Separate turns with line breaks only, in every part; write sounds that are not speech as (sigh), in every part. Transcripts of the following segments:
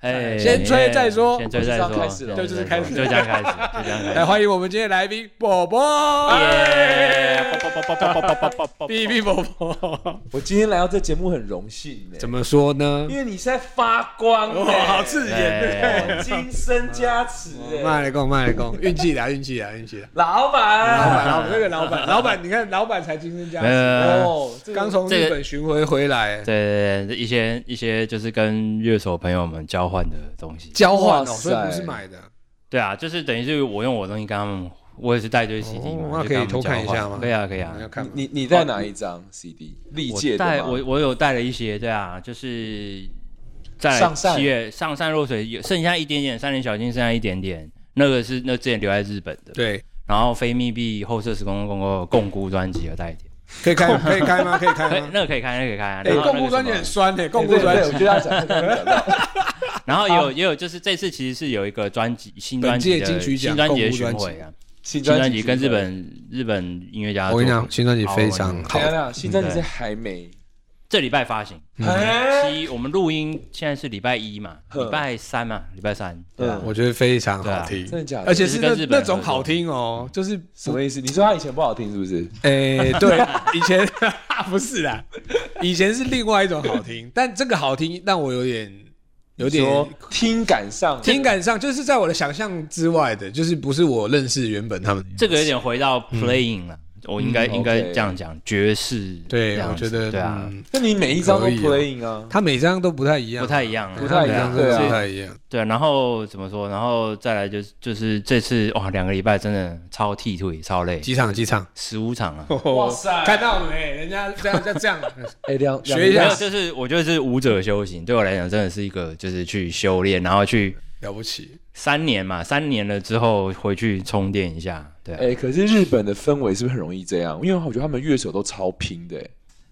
哎，
先吹再说
先吹再
就
说，
这样开始
先
了
对就
吹
是
再
开
说
始
就这样开始，就这样开
(laughs) 来
始。
欢迎我们今天来宾伯伯，
(laughs)
耶
哔
(laughs)
哔伯伯，
我今天来到这节目很荣幸呢、
怎么说呢
因？为你是在发光、欸，好刺
对
金身加持、欸，
(laughs) 卖来供，卖来供，运气来，运气来，运气来。
老
老
板，
板，老板，这个老
(laughs)
板，老板，你看老板才精神家
没有没有
持，
没有
哦，这个
刚从日本巡回回来，
对对对，一些一些就是跟乐手朋友们交换的东西。
交换
哇
哦，
塞
所以不是买的。
对啊，就是等于是我用我的东西跟他们，我也是带这些 CD 嘛，
哦那
就
可
跟
以
他们
偷看一
交换
下吗
可以啊，可以啊
你。要看吗
你你带哪一张 CD？历
我
届的
带
吗
我我有带了一些，对啊，就是在
上善
七月上善若水，有剩下一点点，三年小金剩下一点点，那个是那之前留在日本的，
对，
然后非密闭后摄时空共构共估专辑有带一点，
可以
(laughs)
开，可以开吗？可以
可
开
以
吗？
那个可以看，那个可以看啊。
哎，
然后
共哎
那
布
个
专
什
辑
么
很酸
啊
呢，共
对
布
对
专
对，我
辑，
就要讲这个，
然后也有也有就是这次其实是有一个专辑新专辑
本
的
届金曲奖
新专辑的
共舞
巡
专辑
回啊，
新
新专
专
辑
辑
跟日本日本音乐家的
我跟你
作
讲，
品
新专辑非
好我
常
们
好
等一。下，新专
嗯
辑是还没，
这礼拜发行。
嗯
哎
七，我们录音现在是礼拜一嘛，
呵
礼拜三嘛，礼拜三，对吧
嗯？
我觉得非常好听，
真的假的？
嗯而且是那
就是跟日本
那
人
种好听哦，就是
什么意思？你说他以前不好听是不是？
诶，对，
(laughs)
以前不是啦，以前是另外一种好听，但这个好听让我有点有点
你说听感上
听感上就是在我的想象之外的，就是不是我认识原本他们。
这个有点回到
嗯
playing 了，我应该
嗯
应该
OK
这样讲，爵士这
对，
样
我
子，
觉得
对啊，
嗯
那你每一张都
可以啊
playing 啊？
他每张都不太一样，
不太一样啊，
不太一
对啊
样
真
对
的
啊
不太一样。
对啊，然后怎么说？然后再来就是就是这次哇，两个礼拜真的超替腿，超累，
几场几场，
十五场啊。
哇
塞
看到没？人家这样就这样， (laughs)
哎，两
学一
没
下
有，就是我觉得是舞者修行，对我来讲真的是一个就是去修炼，然后去
了不起。
三年嘛，三年了之后回去充电一下，对啊、
哎、可是日本的氛围是不是很容易这样？因为我觉得他们乐手都超拼的、哎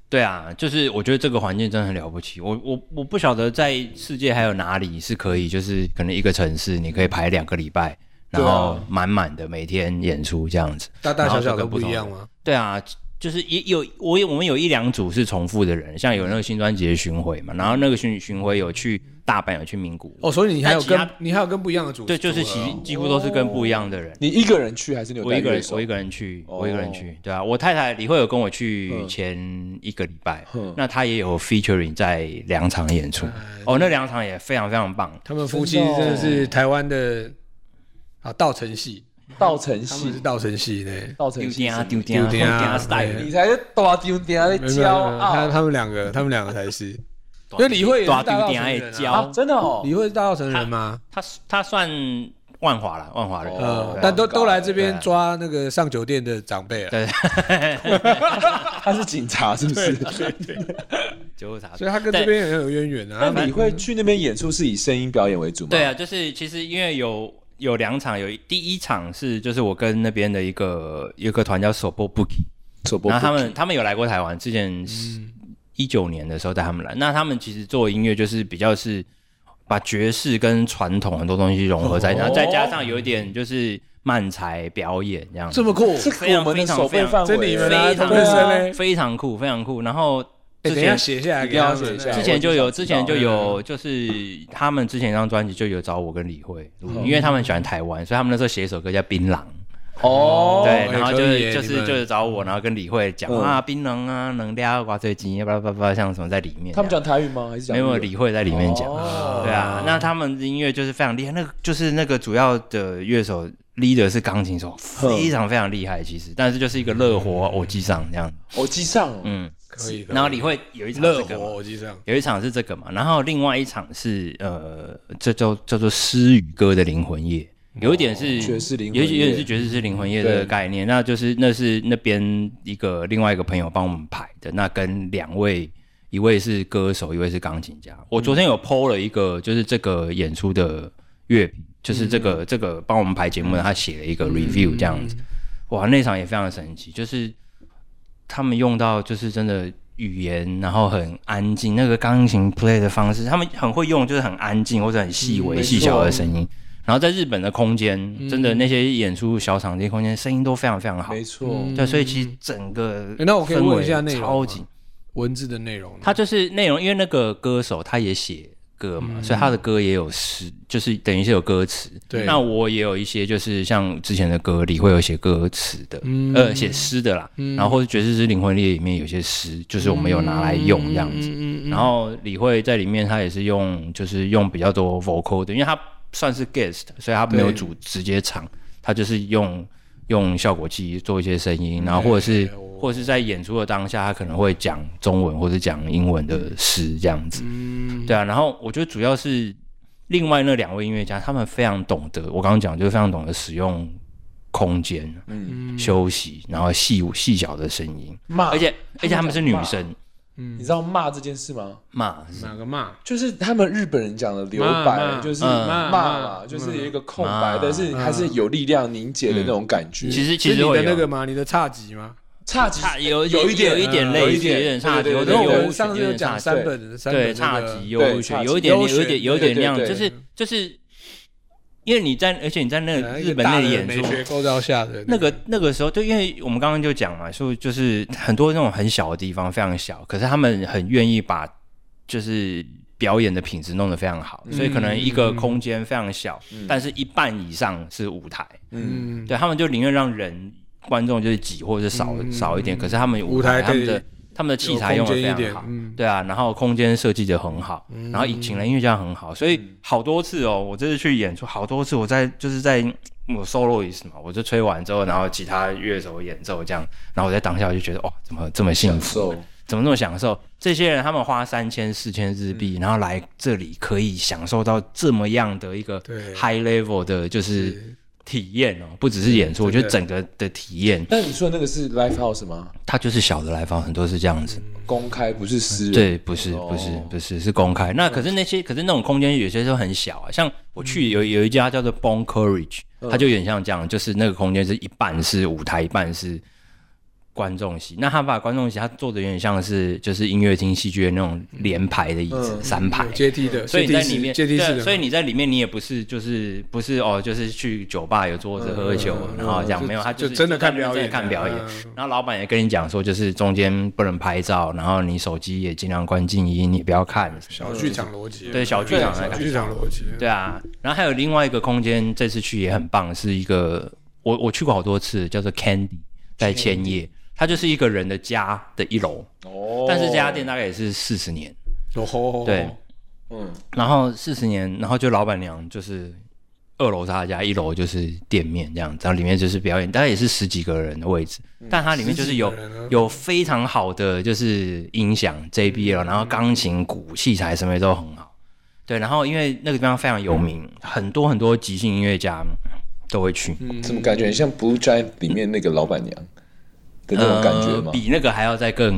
对啊，就是我觉得这个环境真的很了不起。我我我不晓得在世界还有哪里是可以，就是可能一个城市你可以排两个礼拜，然后满满的每天演出这样子。
大大小
然
小
后各
都
个
不
同
一
的
样吗？
对啊，就是也有我有我们有一两组是重复的人，像有那个新专辑的巡回嘛，然后那个巡巡回有去大阪，有去名古屋。
哦，所以你还有
但
跟
其
你还有跟不一样的组，
对，就是
组
几
合哦
几乎都是跟不一样的人。
你一个人去还是你有
我
带
一个
乐
人，
手？
我一个人去，
哦
我一个人去，对啊，我太太李慧有跟我去前一个礼拜
嗯，
那她也有 featuring 在两场演出，哦，那两场也非常非常棒，
他们夫妻
哦
真的是台湾的啊，稻城系，
稻城
他们是
系，
稻城系的。
稻
丢
城系
丢
是什么，
丢丢
丢丢
丢
啊
，style，
你才是大丢丢在啊
没有没
骄
有没有他
哦
傲
他们两个，他们两个才是，因为李慧也是
大
大
丢
稻
丢
城
也
人
教
啊，，真的哦，
李慧是大稻城人吗？
他他算万华啦，万华人，
哦
嗯
对啊，
但都都来这
对啊
边抓那个上酒店的长辈啊了，
对，
他是警察是不是？
九茶，
所以他跟
对
这边很有渊源啊。
那你会去那边演出是以声音表演为主吗？
对啊，就是其实因为有有两场，有一第一场是就是我跟那边的一个有一个团叫 s o b o b u k i
手波
然后他
不
们他们有来过台湾，之前
嗯
一九年的时候带他们来。那他们其实做音乐就是比较是把爵士跟传统很多东西融合在一
哦
起，然后再加上有一点就是漫才表演这样子。
这么酷，
这个我们的手背范围，
这你们
非
啊，
常
同
对
根生
啊
嘞，
非常酷，非常酷。然后
哎
之
等一下
前
写下来，
一定要写
啊
下来
之前就有，之前就
嗯
有，就是他们之前一张专辑就有找我跟李慧录音，
哦
因为他们喜欢台湾，所以他们那时候写一首歌叫《槟榔》。
哦，
对，
哎
然后就
可
是
以耶
就是
你们
就是找我，然后跟李慧讲、
嗯
啊，槟榔啊，能量瓜最金，巴拉巴拉巴拉，像什么在里面。
他们讲台语吗？还
这
是讲
样没有
日文
李慧在里面讲，
哦
对啊，那他们的音乐就是非常厉害，那个就是那个主要的乐手 leader 是钢琴手，
嗯
非常非常厉害，其实，但是就是一个乐活偶机上这样，
哦，机上哦
嗯，
可以。可以
然后李慧有一场这
热
个
火，
嘛。
我记上
有一场是这个嘛，然后另外一场是呃，这叫叫做诗与歌的灵魂夜，有一点是
哦爵士灵魂
有
夜
一有一点是爵士是灵魂夜
对
的概念，那就是那是那边一个另外一个朋友帮我们排的，那跟两位，一位是歌手，一位是钢琴家。我昨天有 PO 了一个，就是这个演出的乐评，就是这
嗯
个、这个帮我们排节目的他写了一个 review 这样子，哇，那场也非常的神奇，就是他们用到就是真的语言，然后很安静，那个钢琴 play 的方式，他们很会用，就是很安静或者很细
嗯
微、
没错
细小的声音。然后在日本的空间，真
嗯
的那些演出小场地空间，声音都非常非常好
没。错，
嗯
对，所以其实整个
诶那我可以
氛围
问一下内容吗
超级，
文字的内容呢，
它就是内容，因为那个歌手他也写歌嘛，所以他的歌也有诗，就是等于是有歌词。
对
那我也有一些就是像之前的歌里会有写歌词的，呃，写诗的啦。然后或者爵士之灵魂里里面有些诗，就是我们有拿来用这样子。然后李慧在里面，她也是用就是用比较多 vocal 的，因为她算是 guest，所以她没有主直接唱，她就是用用效果器做一些声音，然后或者是、或者是在演出的当下，她可能会讲中文或者讲英文的诗这样子。对啊，然后我觉得主要是另外那两位音乐家，他们非常懂得，我刚刚讲就是非常懂得使用空间、嗯，休息，然后细细小的声音，
骂
而且而且他们是女生，
你知道骂这件事吗？
骂
哪个骂？
就是他们日本人讲的留
骂
白，就是
嗯
骂
骂
嘛，就是有一个空白
骂，
但是还是有力量凝结的那种感觉。
其实其
是
实
你
我
的
有
那个吗？你的差级吗？
差几
差有
有一点
有一点
嗯
类
有一
似，
点
有点差距，
对对
有
对
因
点
为我
有
们上次有讲
差距
三本三本
对
那
差
个
级优
对
学
差，级
有一点
优
有一
选
点有一点
对对
那样，
对
就是就是因为你在，而且你在那个
呃
日本那里演
一个大的美
出，
学构造下的
那个那个时候，就因为我们刚刚就讲嘛，所以就是很多那种很小的地方非常小，可是他们很愿意把就是表演的品质弄得非常好，所以可
嗯
能一个空间非常小，但是一半以上是舞台，
嗯，
嗯
对他们就宁愿让人观众就是挤或者是少、少一点，可是他们有
嗯舞台
台他们
可以
的他们的器
有
材用的
空
非
间一
常
点
好，
嗯
对啊，然后空间设计的很好，然后请了音乐家很好，所
嗯
以好多次哦，我这次去演出好多次，我在就是在嗯我 soloist 嘛，我就吹完之后，然后吉他乐手演奏这样，然后我在当下我就觉得哦，怎么这么幸
享
福，
受。
怎么那么享受？这些人他们花三千四千日币，然后来这里可以享受到这么样的一个
对
high level 的，就是体验哦，不只是演出，我觉得整个的体验，
但你说的那个是 live house 吗？
它就是小的来访很多是这样子。
公开不是私人，
对，不是，
哦嗯
不是，不是，是公开。那可是那些，可是那种空间有些时候很小啊。像我去有有一家叫做 Bone Courage，它
嗯
就有点像这样，就是那个空间是一半是舞台，一半是观众席。那他把观众席他做的有点像是就是音乐厅戏剧院那种连排的椅子，
嗯
三排
有。阶梯的，
所以你在
阶梯式
里面，
阶梯式
对，
的，
所以你在里面，你也不是就是不是哦，就是去酒吧有桌子喝喝酒，然后这样没有，他
嗯就是真的
在
看
那边
表
真的
演
看表演
嗯。
然后老板也跟你讲说，就是中间不能拍照，然后你手机也尽量关静音，你不要看。
小剧场逻辑，
对小剧场来
小
看
剧场逻辑，
对啊，然后还有另外一个空间，这次去也很棒，是一个我我去过好多次，叫做 Candy，在千叶，它就是一个人的家的一楼，
哦，
但是这家店大概也是四十年，
哦吼吼，
对，
嗯，
然后四十年，然后就老板娘就是二楼是她家，一楼就是店面这样子，然后里面就是表演，大概也是十几个人的位置，但它里面就是有
嗯十几个人啊
有非常好的就是音响 JBL，然后钢琴、鼓器材什么也都很好，对，然后因为那个地方非常有名，很多很多即兴音乐家都会去，
怎么感觉很像《Blue Giant》里面那个老板娘的那种感觉
呃
吗？
比那个还要再更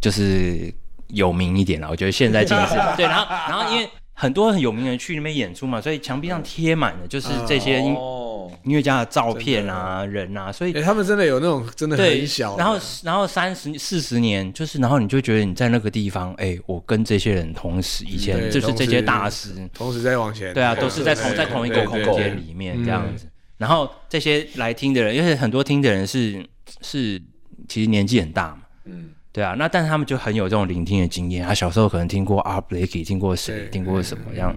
就是有名一点了。我觉得现在已经是对，然后然后因为很多很有名的人去那边演出嘛，所以墙壁上贴满了就是这些音
哦，
音乐家的照片啊、人啊，所以
哎，他们真的有那种真的
对
很小，，
然后然后三十四十年，就是然后你就觉得你在那个地方，哎，我跟这些人同时以前
对
就是这
同
些
时
大师，
同时在往前，
对啊，都是在同
对
在同一个空
对
间里面这样子。然后这些来听的人，因为很多听的人是是其实年纪很大嘛，
嗯，
对啊，那但是他们就很有这种聆听的经验。他啊小时候可能听过 a b l a k e 听过谁，听过什么这样。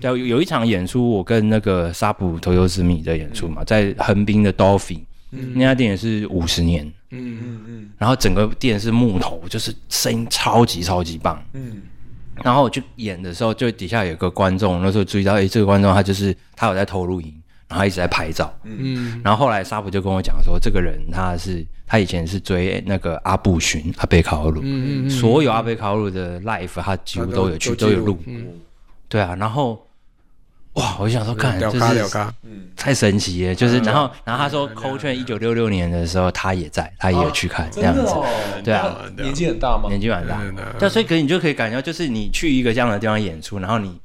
对啊，有有一场演出，我跟那个沙普头尤之米的演出嘛，在横滨的 Dolphin、那家店也是五十年，
嗯嗯
然后整个店是木头，就是声音超级超级棒。嗯，然后我去演的时候，就底下有个观众，那时候注意到，诶，这个观众他就是他有在投录音，然后一直在拍照。
嗯，
然后后来沙普就跟我讲说，这个人他是他以前是追那个阿布寻阿贝考鲁，所有阿贝考鲁的 life 他几乎都有去都有录，对啊，然后哇，我就想说，看
屌
哎就
咖屌
是
咖，
太神奇了，
嗯
就是然后然后他说 c o c h a n 一九六六年的时候他也在，
嗯
他也
哦
有去看这样
哦
子，对啊，
年纪很大吗？
年纪蛮大
真的，
但所以可以你就可以感觉到，就是你去一个这样的地方演出，然后你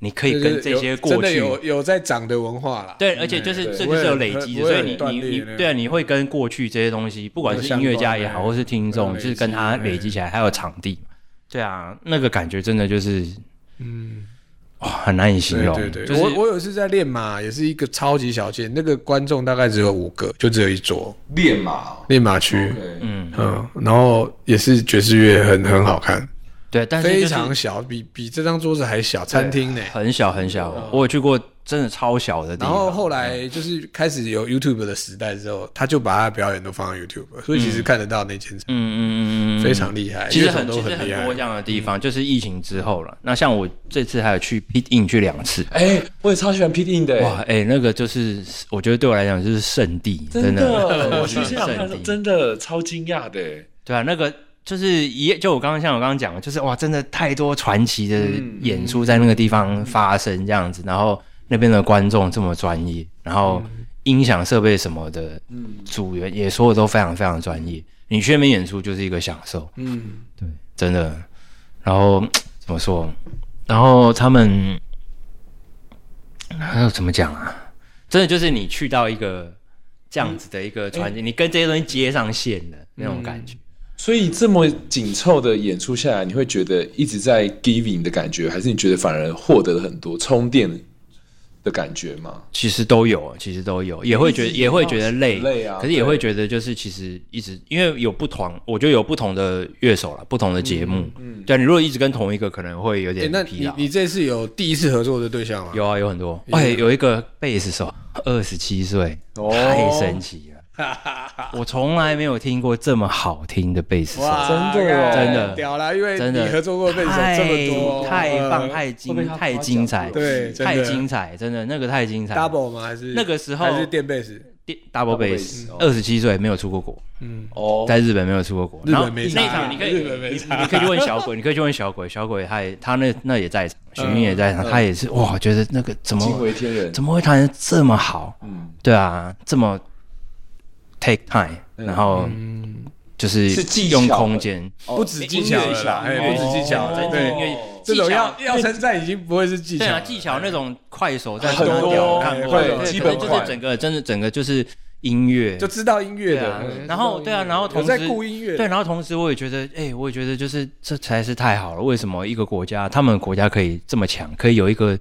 你可以跟这些过
真的
去
有有在长的文化啦，
对，而且就是
对
这
不
就
会
是有
很
累积的，
不
所
会
以
很
你
断
你
裂那
你
种
对啊，你会跟过去这些东西，不管
有
是
相
音乐家
关
也好，
哎
或是听众，
有
就是
累
跟
积
他
哎
累积起来，还有场地嘛，对啊，那个感觉真的就是，
嗯，
哇，很难以形容。
对对对，
就是
我我有一次在练马，也是一个超级小间，那个观众大概只有五个，就只有一桌
练马哦，
练马区，
对，
嗯，
嗯，然后也是爵士乐很很好看，
对，但是
非
就是
常小，比比这张桌子还小，餐厅呢。
很小很小，我有去过真的超小的地
然
方。
后后
嗯
来就是开始有 YouTube 的时代之后，他就把他的表演都放在 YouTube，所以其实看得到那
嗯
间
嗯嗯嗯嗯，
非常厉害，
其实
乐手
很
都
其实
厉害
多这。样的地方，就是疫情之后了。那像我这次还有去 Pit In 去两次，
哎、我也超喜欢 P D 的、
哇，哎、那个就是我觉得对我来讲就是圣地，真
的， (laughs) 我
去
去现场看到
圣地，
真的超惊讶的、
对啊，那个就是一就我刚刚像我刚刚讲的，就是哇，真的太多传奇的演出在那个地方发生这样子，然后那边的观众这么专业，然后音响设备什么的，组员也所有都非常非常专业，你去那边演出就是一个享受，
嗯，
对，真的。然后怎么说？然后他们还有怎么讲啊？真的就是你去到一个这样子的一个环境，你跟这些东西接上线的那种感觉。
所以这么紧凑的演出下来，你会觉得一直在 giving 的感觉，还是你觉得反而获得了很多充电的感觉吗？
其实都有，其实都有，也会觉得也会觉得累，
累啊
可是也
对
会觉得就是其实一直因为有不同，我觉得有不同的乐手啦，不同的节目，嗯，对啊，你如果一直跟同一个，可能会有
哎
点
那
疲
你
劳。
你这次有第一次合作的对象吗？
啊有啊，有很多，哎，有一个贝斯手，二十七岁，
哦
太神奇了，
(laughs)
我从来没有听过这么好听的贝斯手，
哇，
真的哦
干
真的
屌啦！因为
真
你
的
合作过贝手这么多，
太太棒，
呃
太
会
精
被他
太
夸
精
奖
彩，
对真的
太精彩，真的那个太精彩了。
double 吗？还是
那个时候
还是电贝斯？
第 double
Double
bass，
bass，哦
二十七岁没有出过国，
哦，
在日本没有出过国。
嗯日
然后
本没
那
差
一场你可以，
日本没
你
差
你可以去问小鬼，你可以去问小鬼，小鬼他也他那那也在场，
嗯
许云也在场，他也是哇，觉得那个怎
惊
么
为天人，
怎么会弹得这么好？
嗯，
对啊，这么 take time，然后就是
是技巧
用
的
空间，
不止技巧了啦，
音乐
哎，
一
不
下
止技巧
哦，
整体音
对，
乐
这种
技巧
要要称赞已经不会是技巧
对啊，
了，
技巧那种快手在
很
手上
多
掉看过，
对
对
基
可能
本
就
款
是整个真的整个就是音乐，
就知道音乐
对啊
的，
然后对啊，然后同
有
时
在顾音乐的
对，然后同时我也觉得，哎、我也觉得就是这才是太好了。为什么一个国家，他们国家可以这么强，可以有一个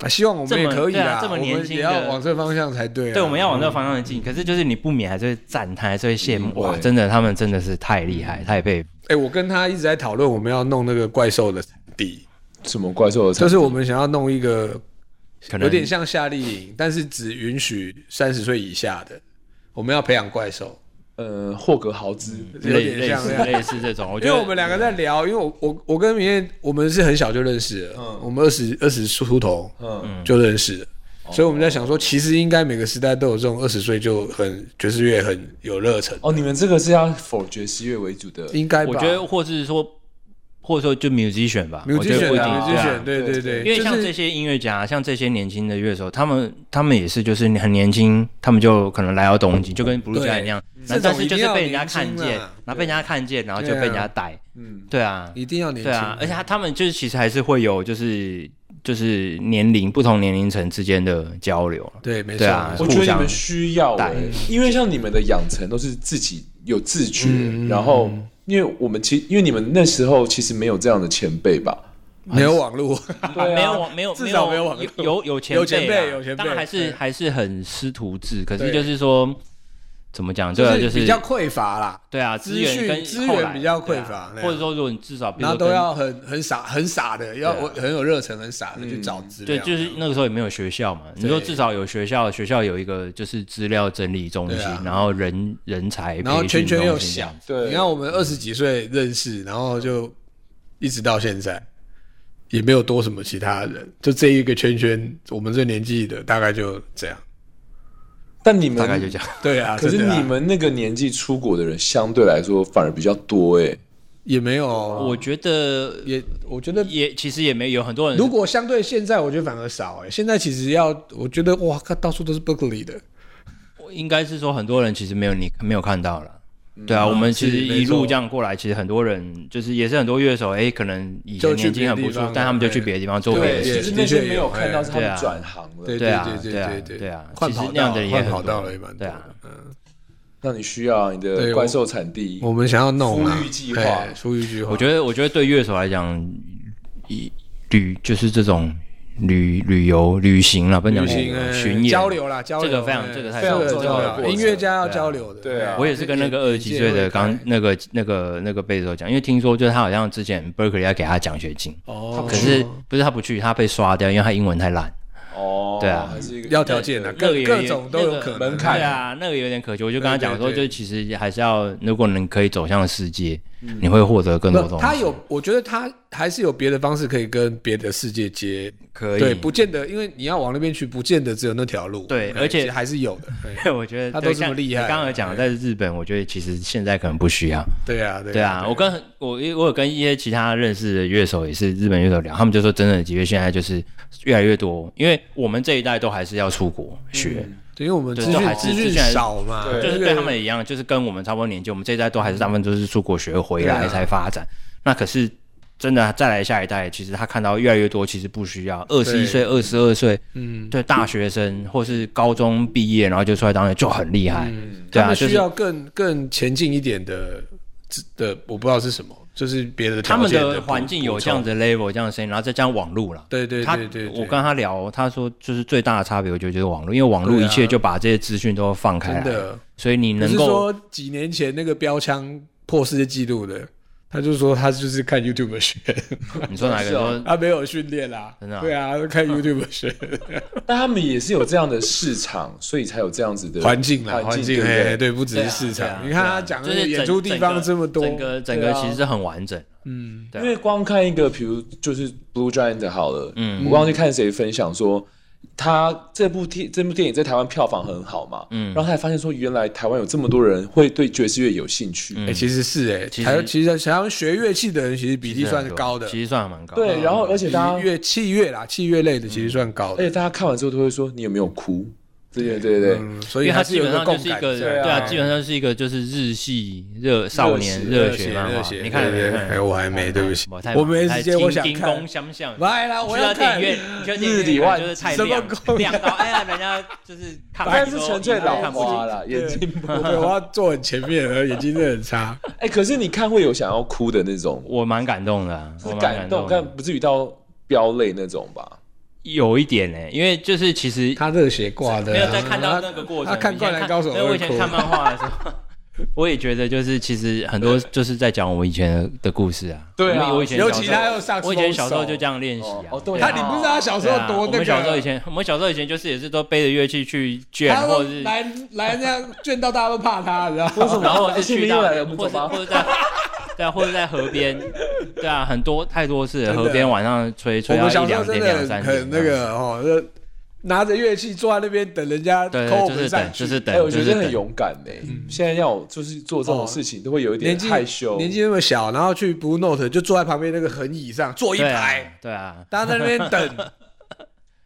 啊希望我们也可
这么
以
对
啦
啊，这么
我们
年轻
也
的
要往这方向才对啊。
对我们要往这个方向进？可是就是你不免还是会赞叹，还是会羡慕
嗯
哇，
对
真的他们真的是太厉害，太佩服。
哎，我跟他一直在讨论，我们要弄那个怪兽的产地，
什么怪兽的
就
产
是我们想要弄一个
可能
有点像夏令营，但是只允许三十岁以下的，我们要培养怪兽。
呃霍格豪兹，
有
类
点
类
像
似
这样
类似这种，我觉
因为
得
我们两个在聊，因为我我我跟明燕，我们是很小就认识了，我们二十二十出头
嗯，
就认识了，所以我们在想说，其实应该每个时代都有这种二十岁就很爵士乐很有热忱，
哦，你们这个是要否爵士乐为主的，
嗯
应该吧？
我觉得或是说，或者说就 musician 吧
没有
我
竞
觉得不
选
一定
啊，没有
对
竞
啊
选，对对对，
因为像
就是
这些音乐家，像这些年轻的乐手，他们他们也是就是很年轻，他们就可能来到东京，就跟布鲁斯一样，那
这种
但是
一
就
定
是
要
被人家
年轻
看见
啊，
然后被人家看见，然后就被人家逮，
嗯，
对啊，
一定要年
对
轻，
啊，而且他他们就是其实还是会有就是就是年龄不同年龄层之间的交流，
对，没错
对啊，
我
互
觉得你
相
们需要、
带
欸，因为像你们的养成都是自己有自觉，然后因为我们其因为你们那时候其实没有这样的前辈吧，
没有网
(laughs)
络， (laughs)
啊没有网没有
至少没有网络
有有有前
有前
辈
辈
啦
有前辈
当然还是
对
还是很师徒制，可是
对
就是说怎么讲，对啊，
是
就是
比较匮乏啦，
对啊，资
资
源
讯
跟
资
后来
源比较
对
匮
啊
乏，那样
或者说如果你至少比如
然后
说
都
跟
要很很傻很傻的，要
对啊
很有热忱很傻的去找资
嗯对，
料，
就是那个时候也没有学校嘛，你说至少有学校，学校有一个就是资料整理中心
对啊，
然后人人才
然后
培训
圈圈又
中心这样
小
子，
对
你看我们二十几岁认识，然后就一直到现在，也没有多什么其他人，就这一个圈圈，我们这年纪的大概就这样。
但你们
大概就这样。
对啊，
可是
真的啊
你们那个年纪出国的人相对来说反而比较多哎、
也没有，啊
我觉得
也我觉得。
也其实也没有很多人是
如果相对现在，我觉得反而少哎、现在其实要，我觉得哇，看到处都是 Berkeley 的，
应该是说很多人其实没有你没有看到了。
嗯
对啊，我们其实一路这样过来，其实很多人就是也是很多乐手，哎，可能以前
就去
年纪很
别
不
的地
错
方，
但他们就
对
去别的地方做别的
对
事情。
其实
也
那些
的确有
没有看到是他
哎
们转行了，
对
对啊
对
对啊
对对
对啊
换
其实
跑
那样
道
的人也
换
很
跑
多
道了也蛮
对
多的
啊，
那你需要你
对
的
我
怪兽产地，
我们想要弄啊
富裕计划
哎富裕计划，
我觉得，我觉得对乐手来讲，一旅就是这种旅旅游、旅行了，不能
旅
讲旅
行
游
哎
巡演
交流啦，交流
这个非常
哎
这个太
非常
这个
重要的过程
音乐家要
对啊
交流的，
对啊
我也是跟那个二十几岁的刚那个那个那个贝斯手讲，因为听说就是他好像之前 Berkeley 要给他奖学金，
哦，
可是不是他不去，他被刷掉，因为他英文太烂，
哦，
对啊
还是一个
要条件的，
那
各
个有
各
点
种都有可
那
能
个
门槛
对啊，那个有点可惜。我就跟他讲说，
对对
就其实还是要，如果能可以走向世界，你会获得更多东
嗯不，
西。
他有，我觉得他还是有别的方式可以跟别的世界接，
可以，
对，不见得，因为你要往那边去，不见得只有那条路，
对
哎
而且
其实还是有的，哎
对， (laughs) 我觉得
他
对
都这么
像
厉害
你刚刚有讲在日本，我觉得其实现在可能不需要。
对啊，对
对啊，我跟很我我有跟一些其他认识的乐手，也是日本乐手聊，他们就说真的，的确现在就是越来越多，因为我们这一代都还是要出国学，
对因为我们
对
资
都还
讯
是
资
资
讯
讯还是
少嘛，
对
就是
那个
跟他们一样，就是跟我们差不多年纪，我们这一代都还是大部分都是出国学回
啊
来才发展。那可是真的再来下一代，其实他看到越来越多，其实不需要二十一岁、二十二岁，嗯，对大学生或是高中毕业，然后就出来当人就很厉害，对
嗯他
啊，
们
就
需
是
要更更前进一点的的，我不知道是什么，就是别的
他
条
们
件
的
补
环境有
补
这
充
样子的 level 这样的声音，然后再加上网络了。
对对
他
对对，对
我跟他聊，他说就是最大的差别，我觉得就是网络，因为网络
对啊
一切就把这些资讯都放开来，
真的
所以你
不
哎能
是
够
说几年前那个标枪破世界纪录的，他就说他就是看 YouTube 学，
你说哪个
是哦
说
他没有训练啦，
真的啊
对啊，
(laughs)
他看 YouTube 学
但他们也是有这样的市场，所以才有这样子的
环境啦，
环
环
境对
境，
不
嘿，
对
对，不只
对
是
啊
市
对啊
场，你看
对啊
他讲
就
那
是
个
整
演出地方这么多，
整个整
对
个
啊
其实是很完整。嗯，
因为光看一个，比如就是 Blue Giant 好了，嗯，我光去看谁分享说。他这部电这部电影在台湾票房很好嘛，嗯，然后他还发现说，原来台湾有这么多人会对爵士乐有兴趣，
哎，其实是哎，
嗯其实
台其实台湾学乐器的人其实比例
其实
算
很多
高的，
啊其实算蛮高的。啊
对，然后而且大家哎
其实乐器乐啦，器乐类的
嗯
其实算高
而且
的，
大家看完之后都会说你有没有哭？对对对对，
嗯，所
因
以
为它
还是
基
有
本上就
共
是一
感
个，
在，
对啊，基本上是一个就是日系热少年
血
热
血
血漫
热
画。
血
你看了
对对
没
对哎我还没对不起
我太
我
忙
没
太
时间我
金
想
金
看
工相向。
来啦，我
去到
要
电
看
影院，你去到电影院
日理万
就是太
什么
亮
鬼
亮到哎呀，人家就是看
但
你
是
都
纯粹
一眼都
老
看不
花
清
嗯
啦，眼睛不
我我要坐很前面，然后眼睛真的很差。
哎、可是你看会有想要哭的那种，
我蛮感动的啊，我
是
蛮
感动，
动
但
的，
不至于到飙泪那种吧？
有一点呢、欸因为就是其实
他热血挂的，
没有在看到那个过程，
啊他看《灌篮高手》
因为我以
会
前
哭。
看漫画的时
(laughs)
候。我也觉得，就是其实很多就是在讲我们以前的故事啊。
对啊
因为我以前
尤
小
其
时候
他又上
我以前
手
小时候就这样练习啊。
哦哦对
啊
他，你不知道他小时候多
我
那
们
个？
小时候以前，我们小时候以前就是也是都背着乐器去卷，
他
或
都
者是
来来人家卷到大家都怕他，你知道
(laughs)
吗？
然后
(laughs)
是
去
去
又
到，
来了，我们
或
走
者
吧
或。者在对啊，或者在河
(laughs)
边，对啊，很多太多次了，
真的
河边晚上吹
我
吹到
们小
啊一
时候
两
真
点、两
的
三
很
点嗯这
那
样。
个哦，就拿着乐器坐在那边等人家
对，
扣我
就
们
是
上
等，
去
就。是
哎、
等，
我
就
觉得
是
这很
等。
勇敢呢、现在要我就是做这种事情，都会有一点
年纪
害羞。
年纪那么小，然后去 Blue Note 就坐在旁边那个横椅上坐一
对啊
排，，
对啊，
大家在那边等，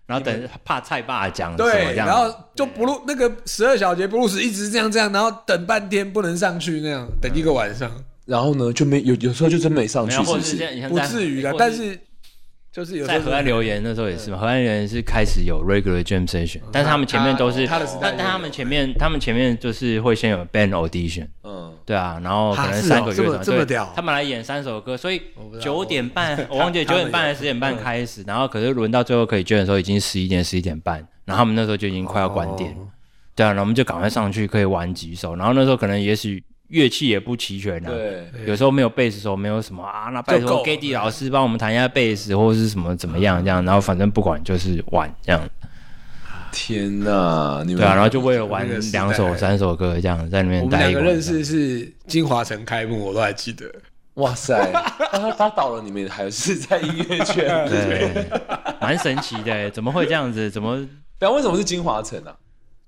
然后等怕菜爸讲什么
对，
这样，
然后就不录那个十二小节布鲁斯一直这样这样，然后等半天不能上去那样，等一个晚上，
然后呢，就没有有时候就真没上
没
去，
有，或
是不
者是
是？
像
不至于的，啊但是就是有时
在
候
河岸留言那时候也是嘛，河岸留言是开始有 regular jam session，但是他们前面都是，
他他的时代
但但他们前面他们前面就是会先有 band audition，
嗯，
对啊，然后可
啊
能
是
三
哦
个乐
这么
团，
这么
对
屌
他们来演三首歌，所以
知道
九
我
点半我忘记了
(laughs) 他
九
们
点半还是十点半开始，然后可是轮到最后可以捐的时候已经十一点十一点半，然后他们那时候就已经快要
哦
关店了，对啊，然后我们就赶快上去可以玩几首，然后那时候可能也许乐器也不齐全啊，
对，
有时候没有贝斯手，没有什么啊，那拜
就够
托
了
g a d y 老师帮我们弹一下贝斯，或者是什么怎么样这
嗯
样，然后反正不管就是玩这样，
天哪，你们
对啊，然后就为了玩
嗯那个时代
两首三首歌这样在里面
我们
待
两
一
个
晚
认
上
识是金华城开幕，我都还记得。
哇塞，那他打倒了你们，还是在音乐圈？
对，蛮神奇
(laughs)
的，怎么会这样子？怎么
不要为什么是金华城啊？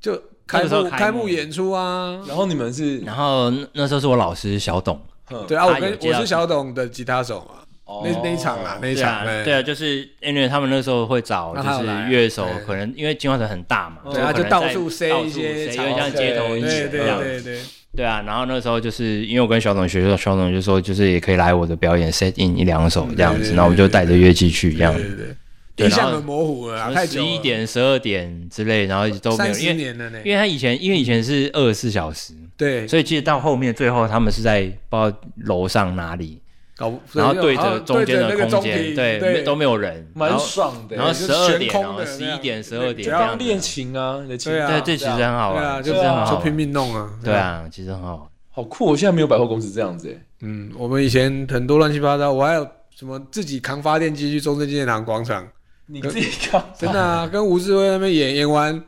就开
那个时候
幕
开幕
开幕演出啊，
然后你们是
然后那那时候是我老师小董，
对啊，我
他有
跟
接
我
到
是小董的吉他手嘛，
哦
那那一场啦，那一
对
场
啊，
哎
对啊，就是因为他们那时候会找
那
就
他有
是
来啊
乐手
对，
可能因为金华城很大嘛，
对啊
可能
就到
在
处塞
到
一
处
些
塞
场
有点像街头艺
对
人这样。
对对对，
对啊，然后那时候就是因为我跟小董学，小董就说就是也可以来我的表演 set in 一两首这样
对对
子，
对
那我们就带着乐器去这样
对。对对，
对
印
然后
象很模糊了啊，太久
十
了
一点、十二点之类，然后都没有，
三
因
十
为
年了呢，
因为他以前因为以前是二十四小时，
对，
所以其实到后面最后他们是在不知道楼上哪里，
搞不
然后对
好
着
像
中间
那
的
个
空
中
间，
庭
对，没
对，
都没有人，
蛮
然后
爽的。
然后
就
十二
悬
点
空
哦，
的
十
那
一
样
点、十二点
只
这
要
样子，
练琴啊，你的琴
对啊
对，这其实很好
对啊，
玩，
就
其实很好
就
玩
拼命弄啊。
对啊，其实很好玩。
好酷！我现在没有百货公司这样子哎。
嗯，我们以前很多乱七八糟，我还有什么自己扛发电机去中正纪念堂广场，
你自己看，
真的
哦
啊，跟吴志威那边演演完。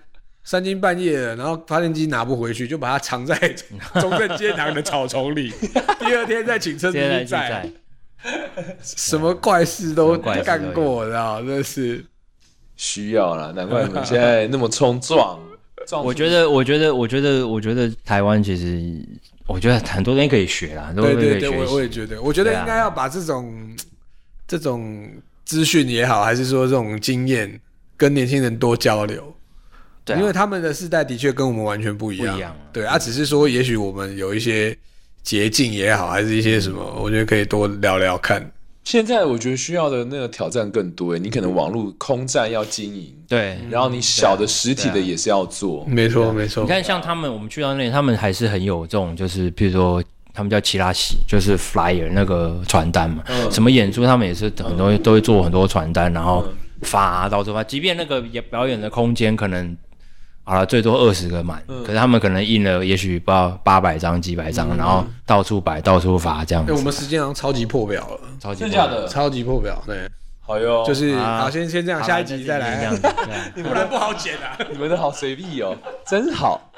三更半夜了，然后发电机拿不回去，就把它藏在 (laughs) 中正街堂的草
(laughs)
丛里。第二天再请车子
啊现在
去
去
载，
在
什么怪事都
什么怪事都
干过，知道吗真的是。
需要啦，难怪你们现在那么冲撞。
哦
撞
我觉得，我觉得，我觉得，我觉得台湾其实，我觉得很多东西可以学啦，很多
对
东西可
对
以
对，
学
我我也
习。
觉得，我觉得
对啊
应该要把这种这种资讯也好，还是说这种经验，跟年轻人多交流。
对啊
因为他们的世代的确跟我们完全不一样。
不一样啊
对啊，只是说也许我们有一些捷径也好，还是一些什么，
嗯
我觉得可以多聊聊看。
现在我觉得需要的那个挑战更多哎，你可能网络空战要经营，
对，
然后你小的实体
嗯
的
对啊
也是要做。
没错，没错
啊你。看，像他们，我们去到那里，他们还是很有这种，就是譬如说，他们叫奇拉喜，就是 flyer 那个传单嘛，
嗯
什么演出，他们也是很多都会做很多传单，然后
嗯
发、啊到处发。即便那个也表演的空间可能好了，最多二十个
嗯
满，可是他们可能印了，也许不知道八百张、几百张，然后到处摆、到处发这样
哎、
子
我，们时间好像超级破表了，
超级
真
多
的假的？
超级破表。对，
好哟，
就是、
啊
好，先先这样，
好
下一集再
这
来
样。子。对啊
不然不好剪啊。
你们的好随意哦，真好。